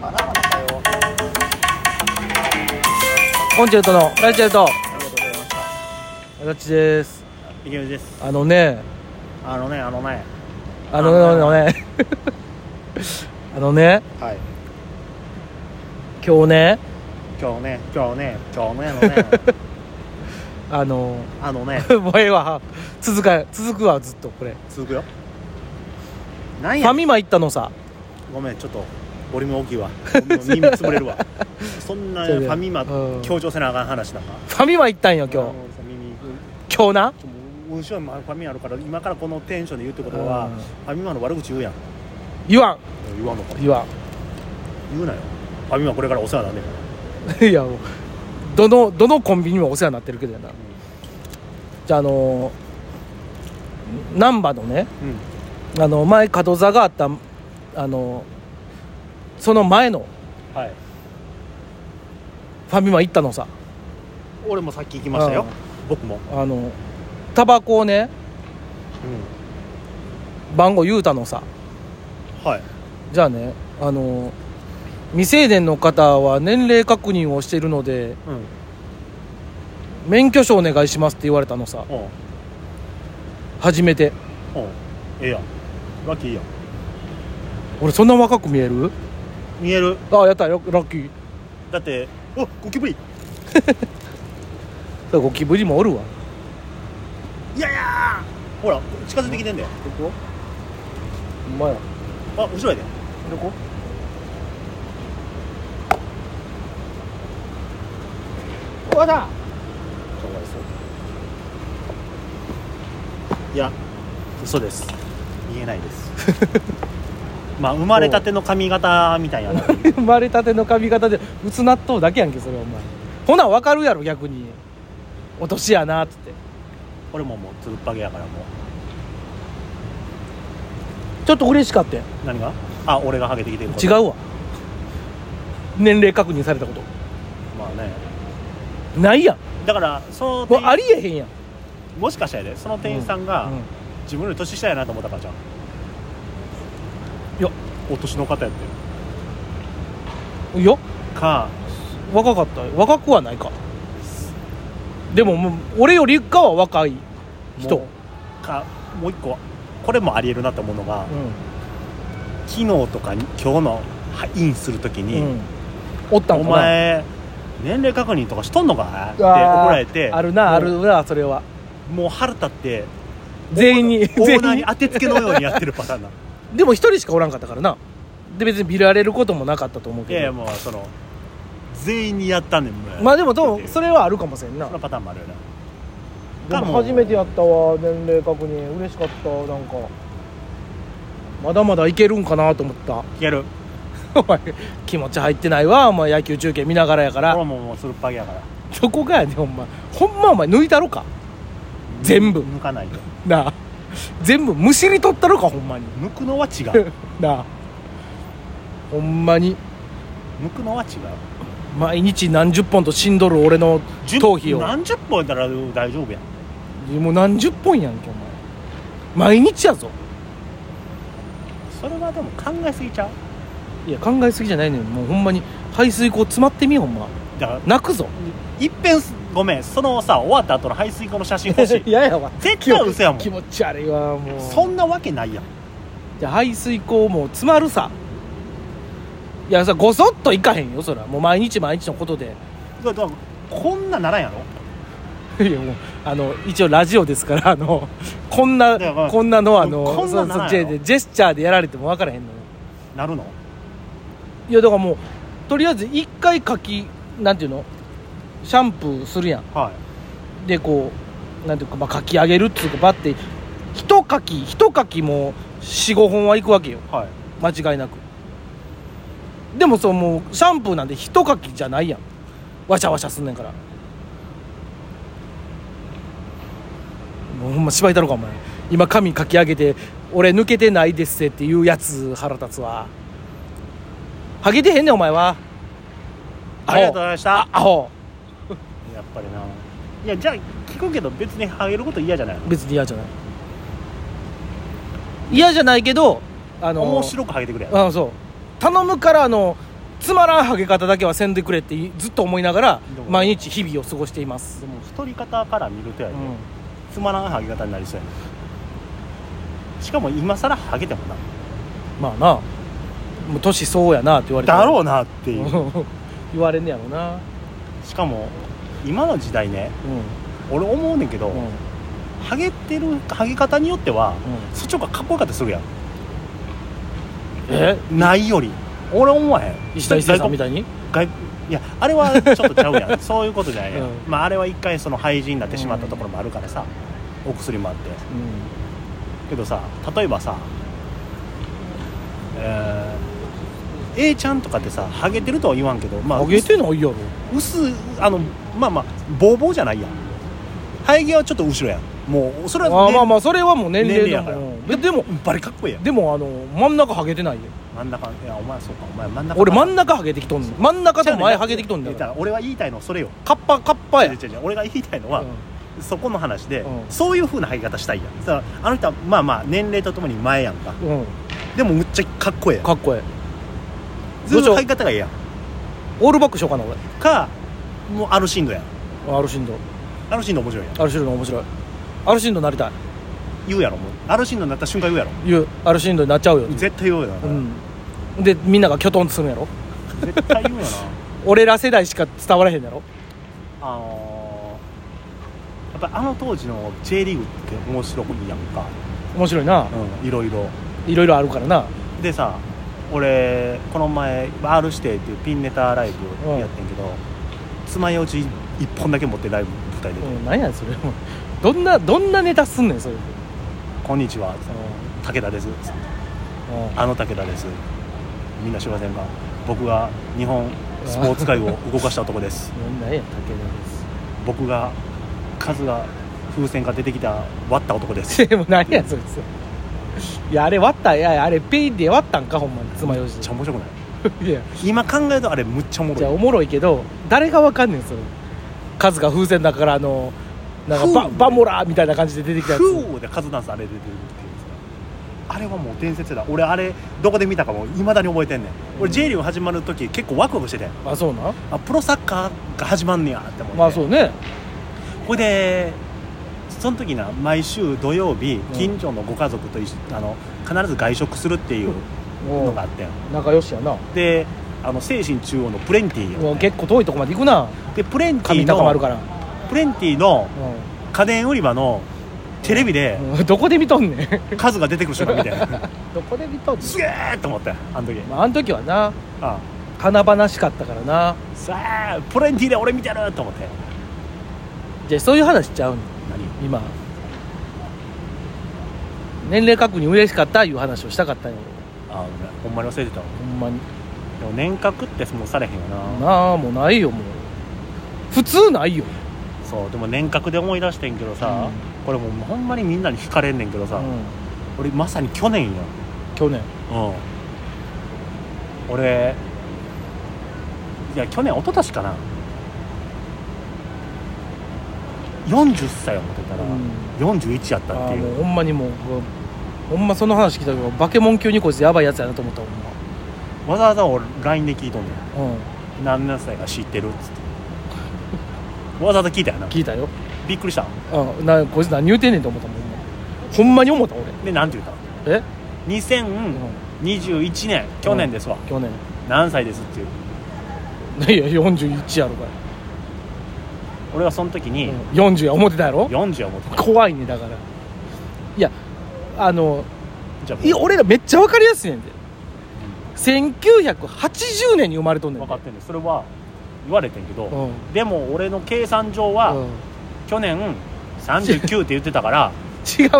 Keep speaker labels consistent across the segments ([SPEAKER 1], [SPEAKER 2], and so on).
[SPEAKER 1] バナナだよあ
[SPEAKER 2] コンチェルトのライチェ
[SPEAKER 1] りが
[SPEAKER 2] ルト
[SPEAKER 1] とうございました
[SPEAKER 2] 足立です
[SPEAKER 1] 池内です
[SPEAKER 2] あのね
[SPEAKER 1] あのねあのね
[SPEAKER 2] あのねあの ねあのね
[SPEAKER 1] はい
[SPEAKER 2] 今日ね
[SPEAKER 1] 今日ね今日ね今日ねあの ね
[SPEAKER 2] あの
[SPEAKER 1] あのね
[SPEAKER 2] もうええわ続か続くわずっとこれ
[SPEAKER 1] 続くよなん
[SPEAKER 2] ファ
[SPEAKER 1] や
[SPEAKER 2] ミマ行ったのさ
[SPEAKER 1] ごめんちょっとボリューム大きい わ耳潰れるわそんな
[SPEAKER 2] そ
[SPEAKER 1] フ
[SPEAKER 2] うだよ
[SPEAKER 1] ァミマ
[SPEAKER 2] うん
[SPEAKER 1] 強調せなあかん話なんか
[SPEAKER 2] ファミマ行ったんよ
[SPEAKER 1] あの
[SPEAKER 2] 今
[SPEAKER 1] さ耳
[SPEAKER 2] 日今日な
[SPEAKER 1] ちょっと後ろにもファミマあるから今からこのテンションで言うってことは
[SPEAKER 2] うん
[SPEAKER 1] ファミマの悪口言うやん
[SPEAKER 2] 言わん
[SPEAKER 1] 言わんのか
[SPEAKER 2] 言わ
[SPEAKER 1] 言うなよファミマこれからお世話なんで
[SPEAKER 2] ん いやもうどのどのコンビニもお世話になってるけどやなじゃああの難波のね
[SPEAKER 1] うん
[SPEAKER 2] あの前角座があったあのその前の
[SPEAKER 1] はい
[SPEAKER 2] ファミマ行ったのさ
[SPEAKER 1] 俺もさっき行きましたよ
[SPEAKER 2] うん
[SPEAKER 1] 僕も
[SPEAKER 2] あのタバコをね番号言うたのさ
[SPEAKER 1] はい
[SPEAKER 2] じゃあねあの未成年の方は年齢確認をしているので
[SPEAKER 1] うん
[SPEAKER 2] 免許証お願いしますって言われたのさ
[SPEAKER 1] おう
[SPEAKER 2] 初めて
[SPEAKER 1] おうええやんラッキーやん
[SPEAKER 2] 俺そんな若く見える
[SPEAKER 1] 見える
[SPEAKER 2] あやったよラッキー
[SPEAKER 1] だっておゴキブリ
[SPEAKER 2] ゴキブリもおるわ
[SPEAKER 1] いやいやーほら近づいてきてんだよ
[SPEAKER 2] どこお前や
[SPEAKER 1] あ後ろやで
[SPEAKER 2] どこ
[SPEAKER 1] おわだかわいそういや嘘です言えないです まあ生まれたての髪型みたいやな
[SPEAKER 2] 生まれたての髪型でうつ納豆だけやんけそれはお前ほな分かるやろ逆にお年やなっつって
[SPEAKER 1] 俺ももうつるっぱげやからも
[SPEAKER 2] ちょっと嬉しかったよ
[SPEAKER 1] う何があ俺がハゲてきてること
[SPEAKER 2] 違うわ年齢確認されたこと
[SPEAKER 1] まあね
[SPEAKER 2] ないやん
[SPEAKER 1] だからその
[SPEAKER 2] も
[SPEAKER 1] 店
[SPEAKER 2] うありえへんやん
[SPEAKER 1] もしかしたらやでその店員さんが、
[SPEAKER 2] うん
[SPEAKER 1] 自分より年下やなと思ったからじゃん
[SPEAKER 2] いや
[SPEAKER 1] お年の方やって
[SPEAKER 2] いや
[SPEAKER 1] か
[SPEAKER 2] 若かったよ若くはないかでももう俺よりかは若い人、
[SPEAKER 1] もうかもう一個これもありえるなと思うのが、昨日とかに今日のはインするとき
[SPEAKER 2] うん、う
[SPEAKER 1] に
[SPEAKER 2] ん、おっ
[SPEAKER 1] 「
[SPEAKER 2] たんか
[SPEAKER 1] お
[SPEAKER 2] な
[SPEAKER 1] 前年齢確認とかしとんのか?」って怒
[SPEAKER 2] あー
[SPEAKER 1] られて
[SPEAKER 2] あるなあるなそれは
[SPEAKER 1] もう腹立って
[SPEAKER 2] 全員に
[SPEAKER 1] オーナ
[SPEAKER 2] 全
[SPEAKER 1] ー
[SPEAKER 2] 員
[SPEAKER 1] に
[SPEAKER 2] に
[SPEAKER 1] 当てつけのようにやってるパター ンな
[SPEAKER 2] でも一人しかおらんかったからなで別にビられることもなかったと思う
[SPEAKER 1] い
[SPEAKER 2] けど
[SPEAKER 1] やいやもうその全員にやったんねんもう
[SPEAKER 2] まあでもどうそ
[SPEAKER 1] そ
[SPEAKER 2] れはあるかもしれんな
[SPEAKER 1] のパターンもあるよな
[SPEAKER 2] で
[SPEAKER 1] か
[SPEAKER 2] も
[SPEAKER 1] も
[SPEAKER 2] 初めてやったわ年齢確認嬉しかったなんかまだまだいけるんかなと思った
[SPEAKER 1] やる
[SPEAKER 2] お前気持ち入ってないわお前野球中継見ながらやか
[SPEAKER 1] 俺も
[SPEAKER 2] ら
[SPEAKER 1] もうつるっぱげやから
[SPEAKER 2] そこがやねんお前ほんまお前抜いたろか全部
[SPEAKER 1] 抜か ないと
[SPEAKER 2] なあ全部むしり取ったろかほんまに
[SPEAKER 1] 抜くのは違 う
[SPEAKER 2] なあほんまに
[SPEAKER 1] 抜くのは違う
[SPEAKER 2] 毎日何十本としんどる俺の
[SPEAKER 1] 10
[SPEAKER 2] 頭皮を
[SPEAKER 1] 何十本やったら大丈夫やん
[SPEAKER 2] もう何十本やんけお前毎日やぞ
[SPEAKER 1] それはでも考えすぎちゃう
[SPEAKER 2] いや考えすぎじゃないのよもうほんまに排水口詰まってみよほんま
[SPEAKER 1] だから
[SPEAKER 2] 泣くぞ
[SPEAKER 1] いっぺんすごめんそのさ終わった後の排水口の写真欲 し い
[SPEAKER 2] ややわ
[SPEAKER 1] 絶対嘘やもん
[SPEAKER 2] 気持ち悪いわもう
[SPEAKER 1] そんなわけないやん
[SPEAKER 2] じゃあ排水口もう詰まるさいやさごそっといかへんよそらもう毎日毎日のことで
[SPEAKER 1] だからこんなならんやろ
[SPEAKER 2] いやもうあの一応ラジオですからあのこんな
[SPEAKER 1] だから
[SPEAKER 2] こんなのあの
[SPEAKER 1] こんなんならんやろ
[SPEAKER 2] そうそうジェジェスチャーでやられても分からへんのよ
[SPEAKER 1] なるの
[SPEAKER 2] いやだからもうとりあえず一回かきなんていうのシャンプーするやん
[SPEAKER 1] は
[SPEAKER 2] でこうなんていうか、まあ、かき上げるっつうかバッて一かき一かきも45本はいくわけよ
[SPEAKER 1] いはい
[SPEAKER 2] 間違いなくでもそうもうシャンプーなんて一かきじゃないやんわしゃわしゃすんねんからもうほんま芝居だろかお前今髪かき上げて俺抜けてないですせっていうやつ腹立つわハゲてへんねんお前は
[SPEAKER 1] ありがとうございました
[SPEAKER 2] アホ
[SPEAKER 1] やっぱりないやじゃあ聞くけど別にハゲること嫌じゃないの
[SPEAKER 2] 別に嫌じゃない嫌じゃないけどあの
[SPEAKER 1] 面白くハゲてくれやろ
[SPEAKER 2] あそう頼むからあのつまらんハゲ方だけはせんでくれっていずっと思いながら
[SPEAKER 1] どう
[SPEAKER 2] 毎日日々を過ごしています
[SPEAKER 1] で、も太り方から見るとや
[SPEAKER 2] う
[SPEAKER 1] ね、
[SPEAKER 2] ん
[SPEAKER 1] つまらんハゲ方になりそうやねしかも今更ハゲてもな
[SPEAKER 2] まあなもう年そうやなって言われて
[SPEAKER 1] だろうなっていう
[SPEAKER 2] うん 言われんねやろうな
[SPEAKER 1] しかも今の時代ね
[SPEAKER 2] う
[SPEAKER 1] 俺思うねんけど、
[SPEAKER 2] んうんうん
[SPEAKER 1] ハゲてるハゲ方によってはそっちの方がかっこよかったりするやん
[SPEAKER 2] え
[SPEAKER 1] ないより俺思わへん
[SPEAKER 2] 石田一生さんみたいに
[SPEAKER 1] 外いやあれはちょっとちゃう やんそういうことじゃないやん、
[SPEAKER 2] うん
[SPEAKER 1] まあ、あれは一回その廃人になってしまったところもあるからさ、お薬もあってけどさ例えばさえー A ちゃんとかってさハゲてるとは言わんけどまあ
[SPEAKER 2] あげてないやろ
[SPEAKER 1] 薄いあのまあまあボーボーじゃないやん生え際はちょっと後ろやんもうそれは、
[SPEAKER 2] あ
[SPEAKER 1] ね、
[SPEAKER 2] まあまあそれはもう年齢
[SPEAKER 1] 年
[SPEAKER 2] だ
[SPEAKER 1] 齢やから
[SPEAKER 2] もんででも
[SPEAKER 1] バリかっこいいやん
[SPEAKER 2] でもあの真ん中ハゲてないよ
[SPEAKER 1] 真ん中いやお前そうかお前真ん中
[SPEAKER 2] 俺真
[SPEAKER 1] 中
[SPEAKER 2] ん中ハゲてきとんの真ん中と前ハゲてきとんだ
[SPEAKER 1] だ
[SPEAKER 2] から
[SPEAKER 1] から俺は言いたいのはそれよ
[SPEAKER 2] カッパカッパ
[SPEAKER 1] 違う
[SPEAKER 2] や
[SPEAKER 1] 違う違う俺が言いたいのは、そこの話で、
[SPEAKER 2] うん
[SPEAKER 1] そういう風な履き方したいやんだからあの人はまあまあ年齢とともに前やんか
[SPEAKER 2] うんうん
[SPEAKER 1] でもむっちゃかっこええやん
[SPEAKER 2] かっこええ
[SPEAKER 1] ずっ
[SPEAKER 2] どうしよ
[SPEAKER 1] と
[SPEAKER 2] う
[SPEAKER 1] 履き方がええやん
[SPEAKER 2] オールバックしようかな俺
[SPEAKER 1] かもうアルシンドやん
[SPEAKER 2] アルシンド
[SPEAKER 1] アルシンド面白いやん
[SPEAKER 2] アルシンド面白いアルシンドになりたい
[SPEAKER 1] 言うやろもうアルシンドになった瞬間言うやろ
[SPEAKER 2] 言うアルシンドになっちゃうよ
[SPEAKER 1] 絶対言うよな、
[SPEAKER 2] うんでみんながキョトンとするんやろ
[SPEAKER 1] 絶対言うよな
[SPEAKER 2] 俺ら世代しか伝わらへんやろ
[SPEAKER 1] あのー、やっぱあの当時の J リーグって面白いやんか、
[SPEAKER 2] 面白いな
[SPEAKER 1] うん、いろいろ
[SPEAKER 2] いろいろあるからな
[SPEAKER 1] でさ俺この前 R 指定っていうピンネタライブやってんけど、爪楊枝一本だけ持ってライブ舞台で、
[SPEAKER 2] うん何やそれ どんなどんなネタすんねんそれ
[SPEAKER 1] こんにちは
[SPEAKER 2] う
[SPEAKER 1] 武田です
[SPEAKER 2] んうん
[SPEAKER 1] あの武田ですみんな知りませんか僕が日本スポーツ界を動かした男です
[SPEAKER 2] 何やったっけ
[SPEAKER 1] 僕が数が風船が出てきた割った男です
[SPEAKER 2] ですでも何やそいついやあれ割ったいやあれペイで割ったんかほんまに爪楊
[SPEAKER 1] めっちゃ
[SPEAKER 2] 枝
[SPEAKER 1] 面白くない
[SPEAKER 2] でいや
[SPEAKER 1] 今考えるとあれむっちゃおも
[SPEAKER 2] じゃあ
[SPEAKER 1] ろい
[SPEAKER 2] おもろいけど誰がわかんねんそれ数が風船だからあのなんか
[SPEAKER 1] ふう
[SPEAKER 2] ババモラーみたいな感じで出てきたやつ
[SPEAKER 1] フーで数ダンスあれ出てるっていうあれはもう伝説だ俺あれどこで見たかもいまだに覚えてんねん
[SPEAKER 2] う
[SPEAKER 1] 俺
[SPEAKER 2] ん
[SPEAKER 1] J リーグ始まる時結構ワクワクしてて
[SPEAKER 2] あそうなん
[SPEAKER 1] あプロサッカーが始まんねやって思って
[SPEAKER 2] まあそうね
[SPEAKER 1] ほいでその時な毎週土曜日
[SPEAKER 2] ん
[SPEAKER 1] 近所のご家族と一緒あの必ず外食するっていう
[SPEAKER 2] も
[SPEAKER 1] の
[SPEAKER 2] う
[SPEAKER 1] があってん
[SPEAKER 2] 仲良しやな
[SPEAKER 1] であの精神中央のプレンティー
[SPEAKER 2] も
[SPEAKER 1] よ、
[SPEAKER 2] う
[SPEAKER 1] ね、
[SPEAKER 2] 結構遠いとこまで行くな
[SPEAKER 1] でプレンティ
[SPEAKER 2] 髪
[SPEAKER 1] ー
[SPEAKER 2] 高まる
[SPEAKER 1] の
[SPEAKER 2] から、
[SPEAKER 1] プレンティーの
[SPEAKER 2] う
[SPEAKER 1] 家電売り場のテレビで
[SPEAKER 2] ん うんどこで見とんねん
[SPEAKER 1] 数が出てくる瞬間見 て
[SPEAKER 2] どこで見とんね
[SPEAKER 1] すげえと思ってあの時
[SPEAKER 2] ん、まあ、あの時はな
[SPEAKER 1] あ
[SPEAKER 2] 華々しかったからな
[SPEAKER 1] さあプレンティーで俺見てると思って
[SPEAKER 2] じゃあそういう話しちゃうの
[SPEAKER 1] 何
[SPEAKER 2] 今年齢確認嬉しかったいう話をしたかったよ
[SPEAKER 1] あほんまに忘れてたわ
[SPEAKER 2] ほんまに
[SPEAKER 1] でも年覚ってもうされへんよな
[SPEAKER 2] なあもうないよもう普通ないよ
[SPEAKER 1] そうでも年覚で思い出してんけどさ、これもうほんまにみんなに惹かれんねんけどさ、
[SPEAKER 2] うん
[SPEAKER 1] 俺まさに去年よ、
[SPEAKER 2] 去年
[SPEAKER 1] うん、俺いや去年一昨年かな40歳を持ってたら、
[SPEAKER 2] うん
[SPEAKER 1] 41やっ
[SPEAKER 2] あ
[SPEAKER 1] たって
[SPEAKER 2] ー
[SPEAKER 1] い
[SPEAKER 2] もう
[SPEAKER 1] う
[SPEAKER 2] ほんまにもうほんまその話聞いたけどバケモン級にこいつやばいやつやなと思ったほん
[SPEAKER 1] わざわざ俺 LINE で聞いとんねん
[SPEAKER 2] まうん
[SPEAKER 1] 何年歳が知ってるっつってわざわざ聞いたよな
[SPEAKER 2] 聞いたよ
[SPEAKER 1] びっくりした
[SPEAKER 2] うんなこいつ何言うてんねんと思ったもん今ほんまに思った俺
[SPEAKER 1] で何て言ったの
[SPEAKER 2] え、
[SPEAKER 1] 2021年去年ですわ、
[SPEAKER 2] 去年
[SPEAKER 1] 何歳ですっていう
[SPEAKER 2] いや41やろか
[SPEAKER 1] 俺はその時
[SPEAKER 2] い、
[SPEAKER 1] に
[SPEAKER 2] 40や思ってたやろ
[SPEAKER 1] 40は持ってた
[SPEAKER 2] 怖いねだからいやあの
[SPEAKER 1] じゃあ
[SPEAKER 2] いや俺らめっちゃ分かりやすいねんで1980年に生まれとんねん
[SPEAKER 1] 分
[SPEAKER 2] で
[SPEAKER 1] かってんねんそれは言われてんけど、
[SPEAKER 2] うん
[SPEAKER 1] でも俺の計算上は、
[SPEAKER 2] うん
[SPEAKER 1] 去年39って言ってたから
[SPEAKER 2] 違うねん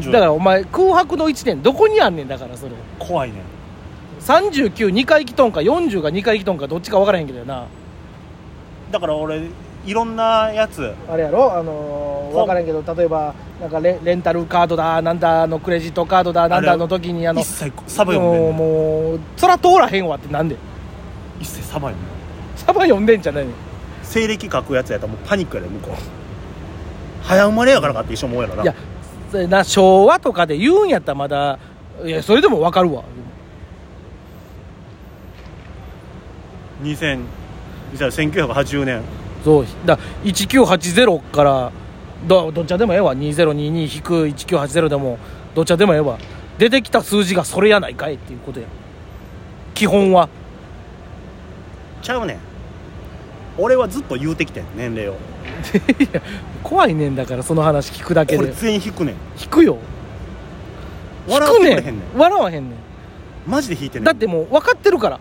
[SPEAKER 1] 40
[SPEAKER 2] だからお前空白の1年どこにあんねんだからそれ
[SPEAKER 1] 怖いねん
[SPEAKER 2] 392回来とんか40が2回来とんかどっちか分からへんけどやな
[SPEAKER 1] だから俺いろんなやつ
[SPEAKER 2] あれやろあのー、
[SPEAKER 1] 本
[SPEAKER 2] 分からんけど例えばなんかレレンタルカードだなんだあのクレジットカードだなんだ
[SPEAKER 1] あれ
[SPEAKER 2] の時にあの
[SPEAKER 1] 一切サバ読んでんね
[SPEAKER 2] もうんもうそら通らへんわってなんで
[SPEAKER 1] 一切サバ読んでんね
[SPEAKER 2] サバ読んでんじゃないの
[SPEAKER 1] ん西暦書くやつやったらもうパニックやで向こう早生まれやからかって一緒思うやろない
[SPEAKER 2] やそれな昭和とかで言うんやったらまだいやそれでも分かるわ
[SPEAKER 1] 2000実は1980年
[SPEAKER 2] そうだ1980からどどっちでもええわ2022-1980でもどっちでもええわ出てきた数字がそれやないかいっていうことや基本は
[SPEAKER 1] ちゃうねん俺はずっと言うてきてん年齢を
[SPEAKER 2] 怖いねんだからその話聞くだけ
[SPEAKER 1] これ
[SPEAKER 2] で
[SPEAKER 1] 全員引くねん
[SPEAKER 2] 引くよ引
[SPEAKER 1] 笑っ
[SPEAKER 2] く
[SPEAKER 1] て
[SPEAKER 2] ね
[SPEAKER 1] くれへん
[SPEAKER 2] ん
[SPEAKER 1] ねん
[SPEAKER 2] 笑わへんねん
[SPEAKER 1] マジで引いてんねん
[SPEAKER 2] だってもう分かってるから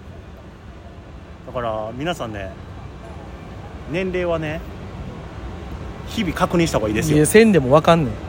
[SPEAKER 1] だから皆さんね年齢はね日々確認した方がいいです
[SPEAKER 2] い
[SPEAKER 1] よ
[SPEAKER 2] やせんでも分かんねん